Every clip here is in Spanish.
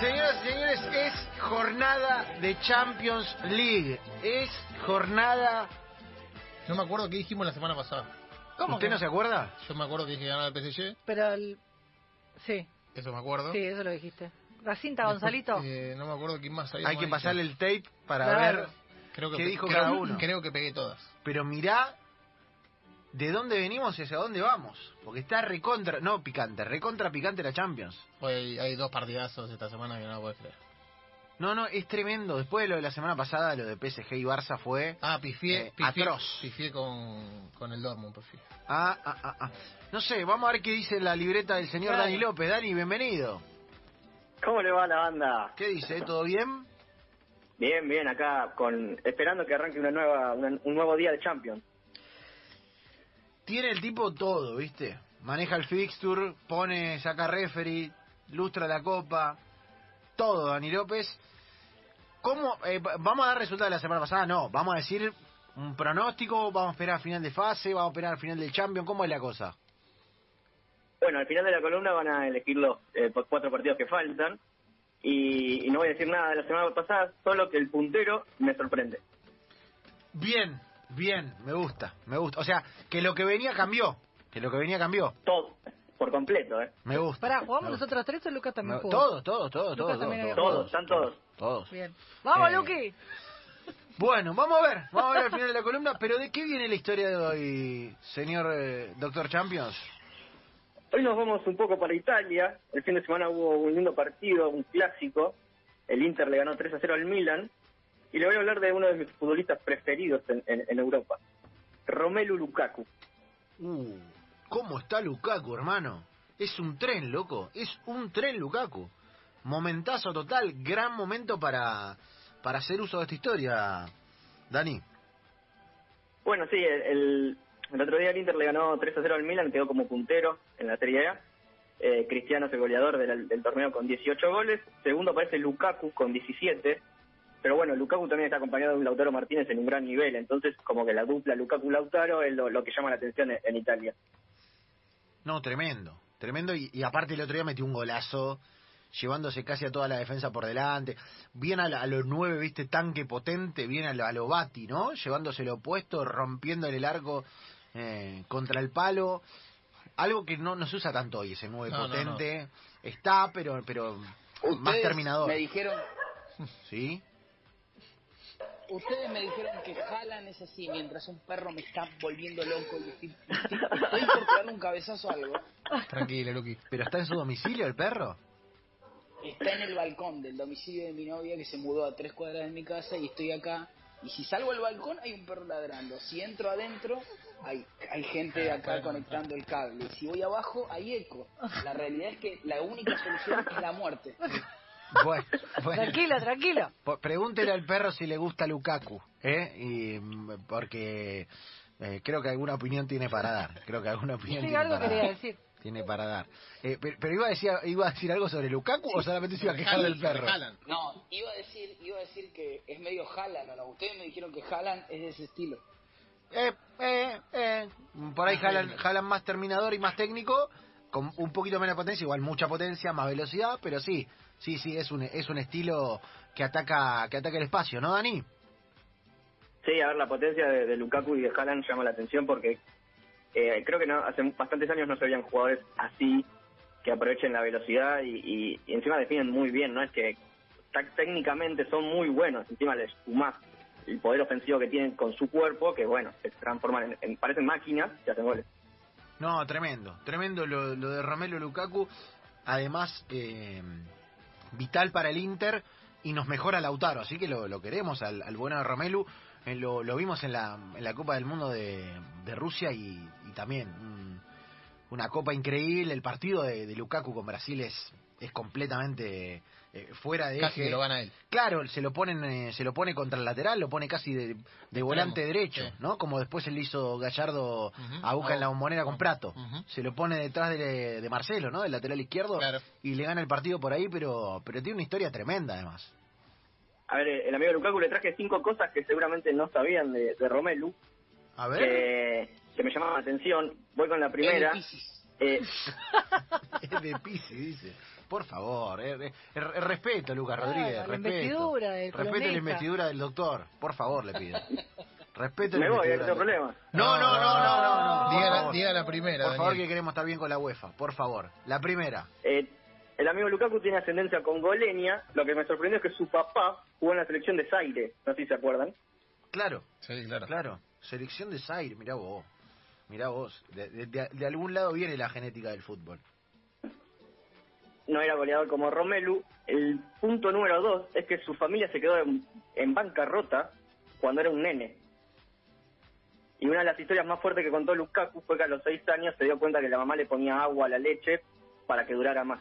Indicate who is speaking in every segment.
Speaker 1: Señoras y señores, es jornada de Champions League. Es jornada.
Speaker 2: No me acuerdo qué dijimos la semana pasada.
Speaker 1: ¿Usted no se acuerda?
Speaker 2: Yo me acuerdo que dije "Ah, ganar el PSG,
Speaker 3: Pero el... Sí,
Speaker 2: eso me acuerdo.
Speaker 3: sí, eso lo dijiste. Racinta
Speaker 2: Después,
Speaker 3: Gonzalito.
Speaker 2: eh, no me acuerdo quién más había
Speaker 1: Hay que pasarle el tape para
Speaker 3: Claro.
Speaker 1: ver.
Speaker 2: Creo que
Speaker 1: qué
Speaker 2: pe-
Speaker 1: dijo
Speaker 2: creo-
Speaker 1: cada uno.
Speaker 2: Creo que pegué todas.
Speaker 1: Pero mirá de dónde venimos y hacia dónde vamos. Porque está recontra. No, picante, recontra picante la Champions.
Speaker 2: Pues hay, hay dos partidazos esta semana que no puedo creer.
Speaker 1: No, no, es tremendo. Después de lo de la semana pasada, lo de PSG y Barça fue.
Speaker 2: Ah, pifié,
Speaker 1: Eh,
Speaker 2: pifié,
Speaker 1: atroz.
Speaker 2: pifié con, con el Dortmund, pifié.
Speaker 1: Ah, ah, ah, ah. No sé, vamos a ver qué dice la libreta del señor
Speaker 3: Claro.
Speaker 1: Dani López. Dani, bienvenido.
Speaker 4: ¿Cómo le va a la banda?
Speaker 1: ¿Qué dice? ¿Todo bien?
Speaker 4: Bien, bien, acá con esperando que arranque una nueva una- un nuevo día de Champions.
Speaker 1: Tiene el tipo todo, ¿viste? Maneja el fixture, pone, saca referee, lustra la copa, todo, Dani López. ¿Cómo? eh, va- ¿Vamos a dar resultados de la semana pasada? No, vamos a decir un pronóstico, vamos a esperar a final de fase, vamos a esperar al final del Champions, ¿cómo es la cosa?
Speaker 4: Bueno, al final de la columna van a elegir los eh, po- cuatro partidos que faltan y, y no voy a decir nada de la semana pasada, solo que el puntero me sorprende.
Speaker 1: Bien, bien, me gusta, me gusta. O sea, que lo que venía cambió, que lo que venía cambió,
Speaker 4: Todo, por completo, ¿eh?
Speaker 1: me gusta.
Speaker 3: Pará,
Speaker 1: me
Speaker 3: ¿jugamos
Speaker 1: gusta.
Speaker 3: nosotros tres o Lucas también
Speaker 1: No,
Speaker 3: jugó?
Speaker 1: todos, todos, todos,
Speaker 3: Lucas
Speaker 1: todos,
Speaker 3: también había
Speaker 4: jugado. Todos, están todos.
Speaker 1: Todos.
Speaker 3: Bien. ¡Vamos,
Speaker 1: Eh,
Speaker 3: Luqui!
Speaker 1: Bueno, vamos a ver, vamos a ver al final de la columna, pero ¿de qué viene la historia de hoy, señor eh, Doctor Champions?
Speaker 4: Hoy nos vamos un poco para Italia. El fin de semana hubo un lindo partido, un clásico. El Inter le ganó 3 a 0 al Milan. Y le voy a hablar de uno de mis futbolistas preferidos en, en- en Europa, Romelu Lukaku.
Speaker 1: Uh, ¿cómo está Lukaku, hermano? Es un tren, loco, es un tren Lukaku. Momentazo total, gran momento para, para hacer uso de esta historia, Dani.
Speaker 4: Bueno, sí, el, el- el otro día el Inter le ganó 3 a 0 al Milan, quedó como puntero en la Serie A. Eh, Cristiano es el goleador del, del torneo con 18 goles. Segundo aparece Lukaku con 17. Pero bueno, Lukaku también está acompañado de un Lautaro Martínez en un gran nivel. Entonces, como que la dupla Lukaku-Lautaro es lo, lo que llama la atención en, en Italia.
Speaker 1: No, tremendo, tremendo. Y, y aparte el otro día metió un golazo, llevándose casi a toda la defensa por delante. Bien a, la- a los nueve, viste, tanque potente, bien a lo, a lo Bati, ¿no? Llevándose lo opuesto, rompiendo el arco eh, contra el palo. Algo que no, no se usa tanto hoy, ese nueve
Speaker 2: No, no,
Speaker 1: potente. Está, pero, pero más
Speaker 5: Ustedes
Speaker 1: terminador.
Speaker 5: Me dijeron,
Speaker 1: ¿Sí?
Speaker 5: ustedes me dijeron que jalan es así, mientras un perro me está volviendo loco y estoy, estoy- estoy por pegarle un cabezazo a algo.
Speaker 2: Tranquilo, Luqui.
Speaker 1: ¿Pero está en su domicilio el perro?
Speaker 5: Está en el balcón del domicilio de mi novia que se mudó a tres cuadras de mi casa y estoy acá. Y si salgo al balcón hay un perro ladrando. Si entro adentro hay, hay gente
Speaker 1: Ah,
Speaker 5: acá conectando el cable. Si voy abajo hay eco. La realidad es que la única solución es la muerte.
Speaker 1: Bueno, bueno.
Speaker 3: Tranquilo, tranquilo.
Speaker 1: Po- Pregúntele al perro si le gusta Lukaku, ¿eh? Y, mm, porque eh, creo que alguna opinión tiene para dar. Creo que alguna opinión
Speaker 3: Sí,
Speaker 1: tiene,
Speaker 3: algo
Speaker 1: para
Speaker 3: quería
Speaker 1: dar,
Speaker 3: decir.
Speaker 1: tiene para dar. Eh, pero pero iba, a decir, iba a decir algo sobre Lukaku o solamente se iba a quejar del perro.
Speaker 2: Jalan.
Speaker 5: No, iba a decir, iba a decir que es medio jalan. ¿no? Ustedes me dijeron que jalan es de ese estilo.
Speaker 1: Eh, eh, eh. Por ahí jalan, jalan más terminador y más técnico, con un poquito menos potencia, igual mucha potencia, más velocidad, pero sí, sí, sí, es un, es un estilo que ataca, que ataca el espacio, ¿no, Dani?
Speaker 4: Sí, a ver, la potencia de, de Lukaku y de Haaland llama la atención porque eh, creo que no, hace bastantes años no se veían jugadores así que aprovechen la velocidad y, y- y encima definen muy bien, ¿no? Es que tac- técnicamente son muy buenos, encima les sumás el poder ofensivo que tienen con su cuerpo, que bueno, se transforman en, en- parecen máquinas y hacen goles.
Speaker 1: No, tremendo, tremendo lo, lo de Romelu Lukaku. Además, eh, vital para el Inter y nos mejora Lautaro. Así que lo, lo queremos al, al bueno de Romelu. Eh, lo, lo vimos en la, en la Copa del Mundo de, de Rusia y, y también mm, una copa increíble. El partido de, de Lukaku con Brasil es, es completamente eh, fuera de
Speaker 2: Casi
Speaker 1: eje.
Speaker 2: que lo gana él.
Speaker 1: Claro, se lo ponen, eh, se lo pone contra el lateral, lo pone casi de, de volante derecho,
Speaker 2: sí.
Speaker 1: ¿no? Como después él hizo Gallardo
Speaker 2: Ujú.
Speaker 1: a Boca en la
Speaker 2: Ah,
Speaker 1: bombonera con Prato.
Speaker 2: Ujú.
Speaker 1: Se lo pone detrás de, de Marcelo, ¿no? Del lateral izquierdo
Speaker 2: Claro.
Speaker 1: y le gana el partido por ahí, pero pero tiene una historia tremenda además.
Speaker 4: A ver, el amigo Lukaku le traje cinco cosas que seguramente no sabían de, de Romelu,
Speaker 1: A ver,
Speaker 4: que, que me llamaban la atención. Voy con la primera.
Speaker 5: Es difícil.
Speaker 4: Eh,
Speaker 1: es de Pisi, dice. Por favor, eh, eh, eh, respeto, Lucas
Speaker 3: Claro,
Speaker 1: Rodríguez.
Speaker 3: la
Speaker 1: respeto.
Speaker 3: investidura del
Speaker 1: respeto la
Speaker 3: columnista.
Speaker 1: investidura del doctor. Por favor, le pido. Respeto la
Speaker 4: Me voy,
Speaker 1: investidura
Speaker 4: no
Speaker 1: del-
Speaker 4: problema.
Speaker 1: No, no, no, no, no. no.
Speaker 2: Diga,
Speaker 1: Por
Speaker 2: la,
Speaker 1: favor.
Speaker 2: diga la primera,
Speaker 1: Por favor, que
Speaker 2: Daniel.
Speaker 1: queremos estar bien con la UEFA. Por favor. La primera.
Speaker 4: Eh, el amigo Lukaku tiene ascendencia congoleña. Lo que me sorprendió es que su papá jugó en la selección de Zaire. No sé si se acuerdan.
Speaker 1: Claro,
Speaker 2: Sí, claro.
Speaker 1: claro. Selección de Zaire, mirá vos. Mirá vos. De, de- de- de algún lado viene la genética del fútbol.
Speaker 4: No era goleador como Romelu. El punto número dos es que su familia se quedó en, en bancarrota cuando era un nene. Y una de las historias más fuertes que contó Lukaku fue que a los seis años se dio cuenta que la mamá le ponía agua a la leche para que durara más.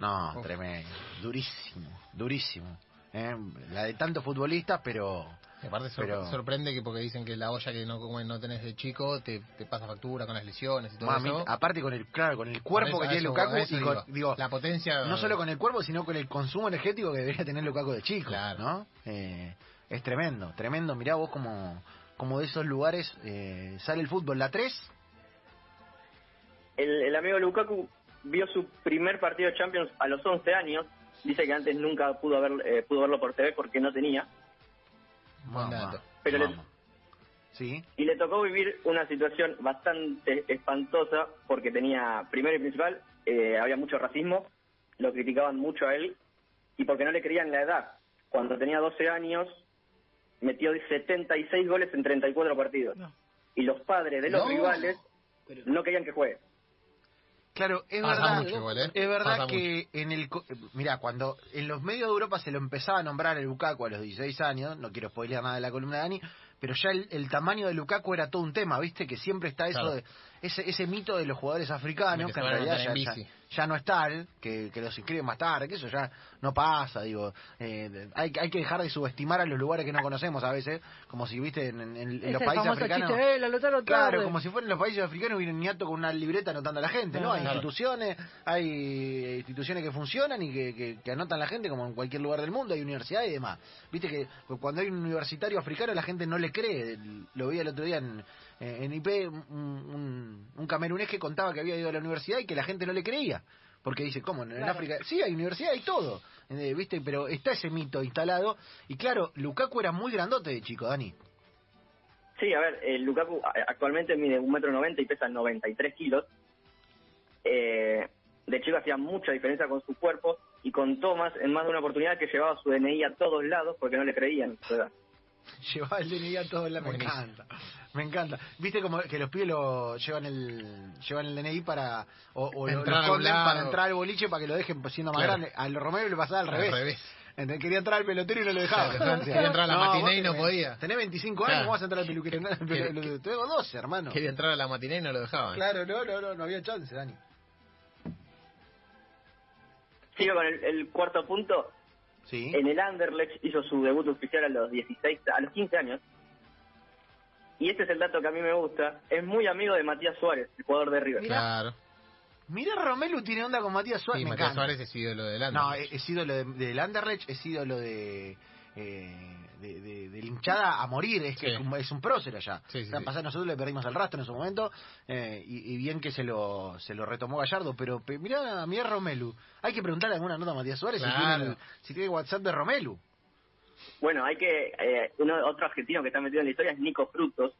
Speaker 1: No,
Speaker 2: Uf.
Speaker 1: tremendo. Durísimo, durísimo. Eh, La de tantos futbolistas, pero...
Speaker 2: Y aparte sor-
Speaker 1: Pero-
Speaker 2: sorprende que porque dicen que la olla que no comes no tenés de chico te, te pasa factura con las lesiones y todo
Speaker 1: mami,
Speaker 2: eso.
Speaker 1: aparte con el claro con el cuerpo
Speaker 2: Por
Speaker 1: que
Speaker 2: eso-
Speaker 1: tiene
Speaker 2: a eso-
Speaker 1: Lukaku
Speaker 2: a eso
Speaker 1: y con-
Speaker 2: iba.
Speaker 1: digo,
Speaker 2: la potencia
Speaker 1: no solo con el cuerpo sino con el consumo energético que debería tener Lukaku de chico
Speaker 2: Claro.
Speaker 1: ¿no? Eh, es tremendo tremendo mirá vos como como de esos lugares eh, sale el fútbol la 3
Speaker 4: El, el amigo Lukaku vio su primer partido de Champions a los 11 años. Dice que antes nunca pudo, haber, eh, pudo verlo por TV porque no tenía.
Speaker 2: Buen dato.
Speaker 4: Pero le-
Speaker 1: sí
Speaker 4: Y le tocó vivir una situación bastante espantosa porque tenía, primero y principal, eh, había mucho racismo, lo criticaban mucho a él y porque no le creían la edad. Cuando tenía 12 años, metió 76 goles en 34 partidos.
Speaker 3: No.
Speaker 4: Y los padres de los
Speaker 2: No.
Speaker 4: rivales
Speaker 5: Pero-
Speaker 4: no querían que juegue.
Speaker 1: Claro, es
Speaker 2: Pasa
Speaker 1: verdad.
Speaker 2: mucho igual, ¿eh?
Speaker 1: Es verdad
Speaker 2: Pasa
Speaker 1: que en el co- mira, cuando en los medios de Europa se lo empezaba a nombrar a Lukaku a los 16 años, no quiero spoilear nada de la columna de Dani, pero ya el, el tamaño de Lukaku era todo un tema, ¿viste? Que siempre está eso
Speaker 2: Claro.
Speaker 1: de ese, ese mito de los jugadores africanos que
Speaker 2: De que se
Speaker 1: en
Speaker 2: van a
Speaker 1: realidad ya,
Speaker 2: andar en
Speaker 1: ya-
Speaker 2: bici.
Speaker 1: ya no es tal, que, que los inscriben más tarde, que eso ya no pasa, digo. Eh, de- hay, hay que dejar de subestimar a los lugares que no conocemos a veces, como si, ¿viste? En, en- en
Speaker 3: Ese
Speaker 1: los países
Speaker 3: famoso
Speaker 1: africanos.
Speaker 3: chiste, eh, lo anotaron
Speaker 1: Claro,
Speaker 3: tarde.
Speaker 1: como si fueran los países africanos, viene un niato con una libreta anotando a la gente, ¿no? Hay
Speaker 2: Claro.
Speaker 1: instituciones, hay instituciones que funcionan y que, que- que anotan a la gente como en cualquier lugar del mundo, hay universidades y demás. Viste que cuando hay un universitario africano la gente no le cree. Lo vi el otro día en, en IP, un, un- un camerunés que contaba que había ido a la universidad y que la gente no le creía. Porque dice, ¿cómo? En
Speaker 3: Claro.
Speaker 1: África, sí, hay universidad, hay todo. eh, ¿Viste? Pero está ese mito instalado. Y claro, Lukaku era muy grandote de chico, Dani.
Speaker 4: Sí, a ver, el Lukaku a- actualmente mide un metro noventa y pesa 93 kilos. Eh, de chico hacía mucha diferencia con su cuerpo y con Thomas en más de una oportunidad que llevaba su DNI a todos lados porque no le creían. su edad.
Speaker 1: Llevaba el DNI a todos lados. Me
Speaker 2: Buenísimo.
Speaker 1: encanta. Me encanta. Viste como que los pibes lo llevan el llevan el DNI para o, o lo-
Speaker 2: Entrar a
Speaker 1: lo esconden
Speaker 2: un lado.
Speaker 1: para entrar al boliche para que lo dejen siendo más
Speaker 2: Claro.
Speaker 1: grande. A los Romero le pasaba al revés.
Speaker 2: revés.
Speaker 1: Entonces, quería entrar al pelotero y no lo dejaba.
Speaker 2: Claro, quería entrar a la
Speaker 1: vos
Speaker 2: matiné y no
Speaker 1: tenés-
Speaker 2: podía.
Speaker 1: Tenés 25
Speaker 2: Claro.
Speaker 1: años, ¿cómo vas a entrar al peluquero? Entrá al
Speaker 2: Que-
Speaker 1: pelu-
Speaker 2: que-
Speaker 1: Tengo 12, hermano.
Speaker 2: Quería entrar a la matiné y no lo dejaban.
Speaker 1: Claro, no, no, no, no había chance, Dani.
Speaker 4: Sigo con el, el cuarto punto.
Speaker 1: Sí.
Speaker 4: En el Anderlecht hizo su debut oficial a los 16, a los 15 años. Y este es el dato que a mí me gusta. Es muy amigo de Matías Suárez, el jugador de River.
Speaker 2: Claro.
Speaker 1: Mirá, Romelu tiene onda con Matías Suárez.
Speaker 2: Sí,
Speaker 1: me
Speaker 2: Matías
Speaker 1: encanta.
Speaker 2: Suárez es ídolo del Andes.
Speaker 1: No, he, he sido lo de, del Anderlecht, he sido lo de, eh, de, de- de linchada a morir, es que
Speaker 2: Sí.
Speaker 1: es un- es un prócer allá.
Speaker 2: Sí, sí,
Speaker 1: O sea,
Speaker 2: sí.
Speaker 1: pasá, nosotros le perdimos el rastro en su momento, eh, y, y bien que se lo, se lo retomó Gallardo, pero pe- mirá, mirá Romelu, hay que preguntarle alguna nota a Matías Suárez si,
Speaker 2: Claro.
Speaker 1: tiene el- si tiene WhatsApp de Romelu.
Speaker 4: Bueno, hay que. eh, uno, otro argentino que está metido en la historia es Nico Frutos,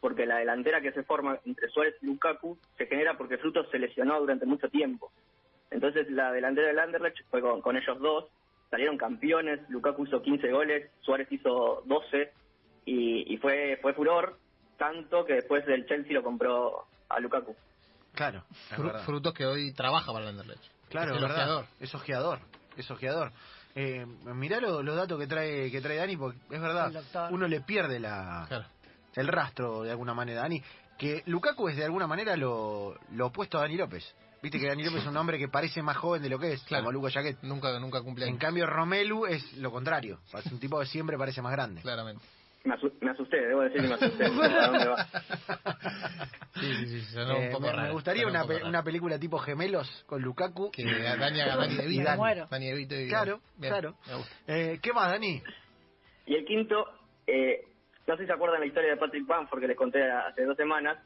Speaker 4: porque la delantera que se forma entre Suárez y Lukaku se genera porque Frutos se lesionó durante mucho tiempo. Entonces, la delantera del Anderlecht fue con, con ellos dos, salieron campeones. Lukaku hizo 15 goles, Suárez hizo 12, y, y fue, fue furor, tanto que después del Chelsea lo compró a Lukaku.
Speaker 1: Claro, es
Speaker 2: Fru-
Speaker 1: verdad.
Speaker 2: frutos que hoy trabaja para el Anderlecht.
Speaker 1: Claro,
Speaker 2: es
Speaker 1: es
Speaker 2: el
Speaker 1: verdad.
Speaker 2: ojeador.
Speaker 1: Es ojeador, es ojeador. Eh, mirá lo- los datos que trae que trae Dani, porque es
Speaker 3: El
Speaker 1: verdad,
Speaker 3: doctor.
Speaker 1: uno le pierde la,
Speaker 2: Claro.
Speaker 1: el rastro de alguna manera, Dani. Que Lukaku es de alguna manera lo, lo opuesto a Dani López. Viste que Dani López es un hombre que parece más joven de lo que es,
Speaker 2: Claro.
Speaker 1: como Lucas Jaquet.
Speaker 2: Nunca, nunca cumple
Speaker 1: En
Speaker 2: años,
Speaker 1: cambio, Romelu es lo contrario. Es un tipo que siempre parece más grande.
Speaker 2: claramente.
Speaker 4: Me, asu- me asusté, debo decir que me asusté. ¿A dónde va?
Speaker 2: Sí, sí, sí, sonó
Speaker 1: Eh,
Speaker 2: un poco
Speaker 1: me, me
Speaker 2: raro,
Speaker 1: gustaría
Speaker 2: sonó
Speaker 1: una,
Speaker 2: un poco
Speaker 1: pe-
Speaker 2: raro.
Speaker 1: una película tipo Gemelos con Lukaku.
Speaker 2: Que a Dani haga Dani de Vito.
Speaker 1: Y Dani.
Speaker 3: muero.
Speaker 2: Dani de Vito y
Speaker 1: Claro,
Speaker 2: Bien,
Speaker 1: claro.
Speaker 2: me gusta.
Speaker 1: Eh, ¿Qué más, Dani?
Speaker 4: Y el quinto, eh, no sé si se acuerdan la historia de Patrick Bamford que les conté hace dos semanas.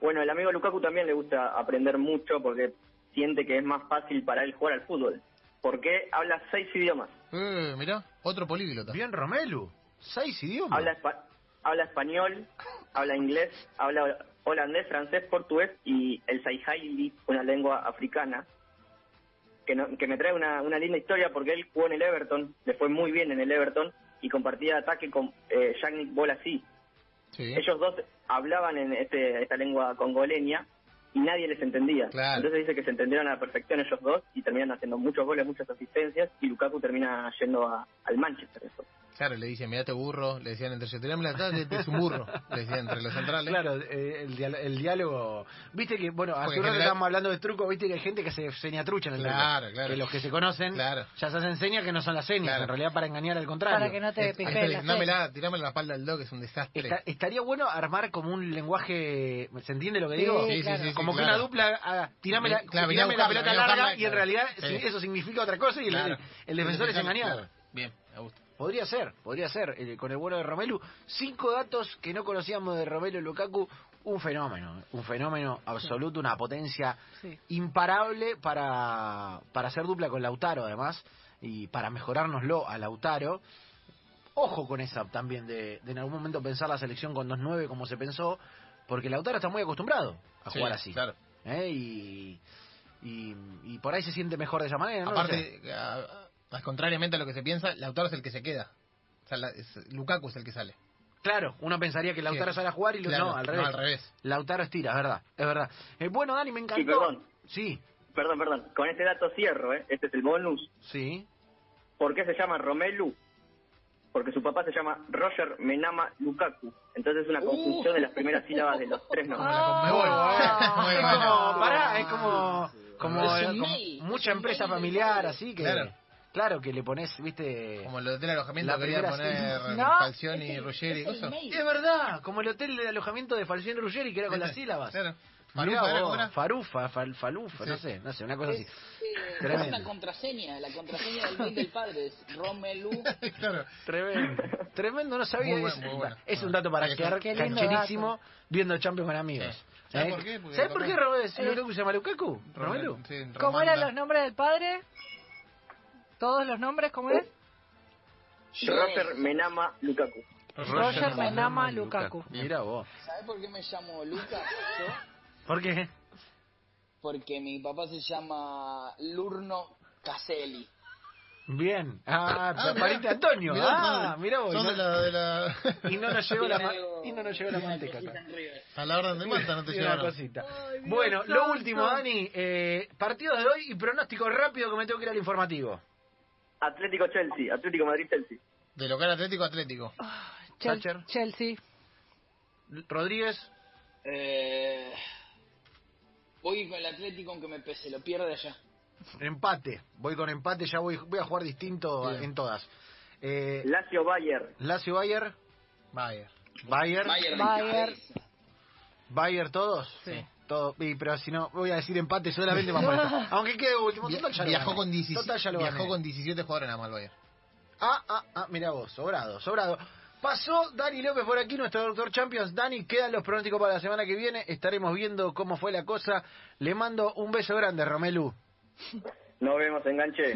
Speaker 4: Bueno, el amigo Lukaku también le gusta aprender mucho porque siente que es más fácil para él jugar al fútbol. porque habla seis idiomas.
Speaker 2: Eh, mirá, otro políglota.
Speaker 1: Bien, Romelu. Seis idiomas.
Speaker 4: Habla, espa- habla español, habla inglés, habla holandés, francés, portugués y el Saihaili, una lengua africana, que, no- que me trae una, una linda historia porque él jugó en el Everton, le fue muy bien en el Everton y compartía ataque con eh, Yannick Bolasie.
Speaker 2: Sí.
Speaker 4: Ellos dos hablaban en este, esta lengua congoleña y nadie les entendía.
Speaker 2: Claro.
Speaker 4: Entonces dice que se entendieron a la perfección ellos dos y terminan haciendo muchos goles, muchas asistencias y Lukaku termina yendo a- al Manchester. después.
Speaker 2: Claro, le dicen, mirá este burro. Le decían, entre tirámela acá, este es un burro. Le decían, entre los centrales.
Speaker 1: Claro, eh, el, dial- el diálogo. Viste que, bueno, hace
Speaker 2: Porque
Speaker 1: un rato
Speaker 2: general-
Speaker 1: estábamos hablando de truco, viste que hay gente que se seña trucha en el truco.
Speaker 2: Claro, claro.
Speaker 1: Que los que se conocen
Speaker 2: Claro.
Speaker 1: ya se hacen señas que no son las señas,
Speaker 2: Claro.
Speaker 1: en realidad para engañar al contrario.
Speaker 3: Para que no te
Speaker 2: Es- a esto le
Speaker 3: pijes
Speaker 2: dicen, dámela, tirámela en la espalda del dog, es un desastre.
Speaker 1: Está- estaría bueno armar como un lenguaje. ¿Se entiende lo que
Speaker 3: Sí,
Speaker 1: digo?
Speaker 3: Sí, sí, claro. sí, sí,
Speaker 1: como que
Speaker 2: claro.
Speaker 1: una dupla. ah, tirame la,
Speaker 2: Claro, venía a
Speaker 1: tirame la
Speaker 2: buscarla,
Speaker 1: pelota
Speaker 2: venía a
Speaker 1: larga
Speaker 2: buscarla,
Speaker 1: y en
Speaker 2: claro.
Speaker 1: realidad
Speaker 2: Sí.
Speaker 1: si- eso significa otra cosa y el-
Speaker 2: Claro.
Speaker 1: el, el defensor es engañado.
Speaker 2: claro. Bien, me gusta.
Speaker 1: Podría ser, podría ser. eh, con el bueno de Romelu, cinco datos que no conocíamos de Romelu Lukaku. Un fenómeno, un fenómeno absoluto, una potencia
Speaker 3: Sí.
Speaker 1: imparable para, para hacer dupla con Lautaro, además, y para mejorárnoslo a Lautaro. Ojo con esa también, de, de en algún momento pensar la selección con 2-9 como se pensó, porque Lautaro está muy acostumbrado a
Speaker 2: Sí,
Speaker 1: jugar así.
Speaker 2: claro.
Speaker 1: ¿eh? Y, y, y por ahí se siente mejor de esa manera. ¿no? No sé.
Speaker 2: Aparte, a- a- a- contrariamente a lo que se piensa, Lautaro es el que se queda. O sea, la- es- Lukaku es el que sale.
Speaker 1: Claro, uno pensaría que Lautaro
Speaker 2: Sí.
Speaker 1: sale a jugar y lo-
Speaker 2: Claro,
Speaker 1: no, al revés.
Speaker 2: al revés.
Speaker 1: Lautaro estira, es verdad, es verdad. Eh, bueno, Dani, me encantó.
Speaker 4: Sí, perdón.
Speaker 1: Sí,
Speaker 4: Perdón, perdón. Con este dato cierro, ¿eh? Este es el bonus.
Speaker 1: sí.
Speaker 4: ¿Por qué se llama Romelu? Porque su papá se llama Roger Menama Lukaku. Entonces es una conjunción de las primeras sílabas de los tres
Speaker 2: Como
Speaker 4: nombres.
Speaker 2: la Conmebol.
Speaker 1: Ah,
Speaker 2: Muy
Speaker 1: es
Speaker 2: bueno.
Speaker 1: como, pará, es
Speaker 2: Ah,
Speaker 1: como, como,
Speaker 5: Es un
Speaker 1: como
Speaker 5: mail, es
Speaker 1: mucha
Speaker 5: un
Speaker 1: empresa
Speaker 5: mail del
Speaker 1: familiar,
Speaker 5: padre.
Speaker 1: así que. Claro.
Speaker 2: Claro.
Speaker 1: que le pones, viste.
Speaker 2: Como lo del alojamiento
Speaker 1: La
Speaker 2: querían
Speaker 1: primera
Speaker 2: poner
Speaker 1: sí.
Speaker 3: No,
Speaker 2: Falcioni,
Speaker 5: es el-
Speaker 2: Ruggeri y
Speaker 5: es el
Speaker 2: cosas.
Speaker 5: mail.
Speaker 1: Es verdad, como el hotel de alojamiento de Falcioni Ruggeri, que era con las sílabas.
Speaker 2: Claro.
Speaker 1: Mirá
Speaker 2: Farufa, ¿era
Speaker 1: vos,
Speaker 2: cómo era?
Speaker 1: Farufa, fal- falufa,
Speaker 2: Sí.
Speaker 1: no sé, no sé, una cosa
Speaker 5: Es,
Speaker 1: así.
Speaker 5: eh,
Speaker 1: Tremendo.
Speaker 5: es una contraseña, la contraseña del mail del padre es Romelu.
Speaker 2: Claro.
Speaker 1: Tremendo, tremendo, no sabía
Speaker 2: Muy
Speaker 1: eso.
Speaker 2: bueno, muy bueno.
Speaker 1: Es un dato para
Speaker 2: Qué
Speaker 1: quedar
Speaker 3: lindo dato.
Speaker 1: cancherísimo viendo Champions con amigos.
Speaker 2: Sí. ¿Sabes por qué? Porque
Speaker 1: ¿Sabes
Speaker 2: el
Speaker 1: por qué
Speaker 2: papá-
Speaker 1: Robert, si Lukaku se llama Lukaku? Romelu.
Speaker 2: Sí,
Speaker 3: ¿Cómo
Speaker 2: Romanda.
Speaker 3: eran los nombres del padre? ¿Todos los nombres? ¿Cómo es?
Speaker 4: Roger Menama Lukaku.
Speaker 3: Roger Menama Lukaku.
Speaker 1: Mira vos.
Speaker 5: ¿Sabes por qué me llamo Lucas? Yo?
Speaker 1: ¿Por qué?
Speaker 5: Porque mi papá se llama Lurno Caselli.
Speaker 1: Bien. Ah,
Speaker 2: Ah, mirá.
Speaker 1: pariente Antonio.
Speaker 2: Mirá,
Speaker 1: ah,
Speaker 2: son-
Speaker 1: mira vos.
Speaker 2: son
Speaker 1: Y no,
Speaker 2: de la, de la...
Speaker 1: y no nos llegó la, ma-
Speaker 5: Algo-
Speaker 1: y no nos llegó la
Speaker 5: una
Speaker 1: manteca.
Speaker 5: cosita
Speaker 1: acá.
Speaker 5: en River.
Speaker 2: a la orden de Malta no te
Speaker 1: Y una
Speaker 2: llegaron.
Speaker 1: cosita. bueno, lo último, Dani. Eh, partidos de hoy y pronóstico rápido que me tengo que ir al informativo.
Speaker 4: Atlético Chelsea, Atlético Madrid Chelsea.
Speaker 2: De local atlético a atlético.
Speaker 3: Chel-
Speaker 1: Thatcher.
Speaker 3: Chelsea.
Speaker 1: Rodríguez.
Speaker 5: Eh, voy con el Atlético aunque me pese, lo pierde allá.
Speaker 1: Empate. Voy con empate, ya voy, voy a jugar distinto
Speaker 2: Bien.
Speaker 1: en todas. Eh,
Speaker 4: Lazio Bayer,
Speaker 1: Lazio Bayer,
Speaker 2: Vaya.
Speaker 1: Bayer,
Speaker 5: Bayern. de
Speaker 3: Bayern.
Speaker 5: cabeza.
Speaker 1: Bayer todos.
Speaker 3: Sí.
Speaker 1: Todo, y, pero si no, voy a decir empate solamente para molestar. Aunque quede último, total ya lo
Speaker 2: Viajó
Speaker 1: gané.
Speaker 2: con 17
Speaker 1: Total ya lo
Speaker 2: viajó
Speaker 1: gané.
Speaker 2: con 17 jugadores nada más, Vaya.
Speaker 1: Ah, ah, ah, mira vos, sobrado, sobrado. Pasó Dani López por aquí, nuestro doctor Champions. Dani, quedan los pronósticos para la semana que viene. Estaremos viendo cómo fue la cosa. Le mando un beso grande, Romelu.
Speaker 4: nos vemos enganche.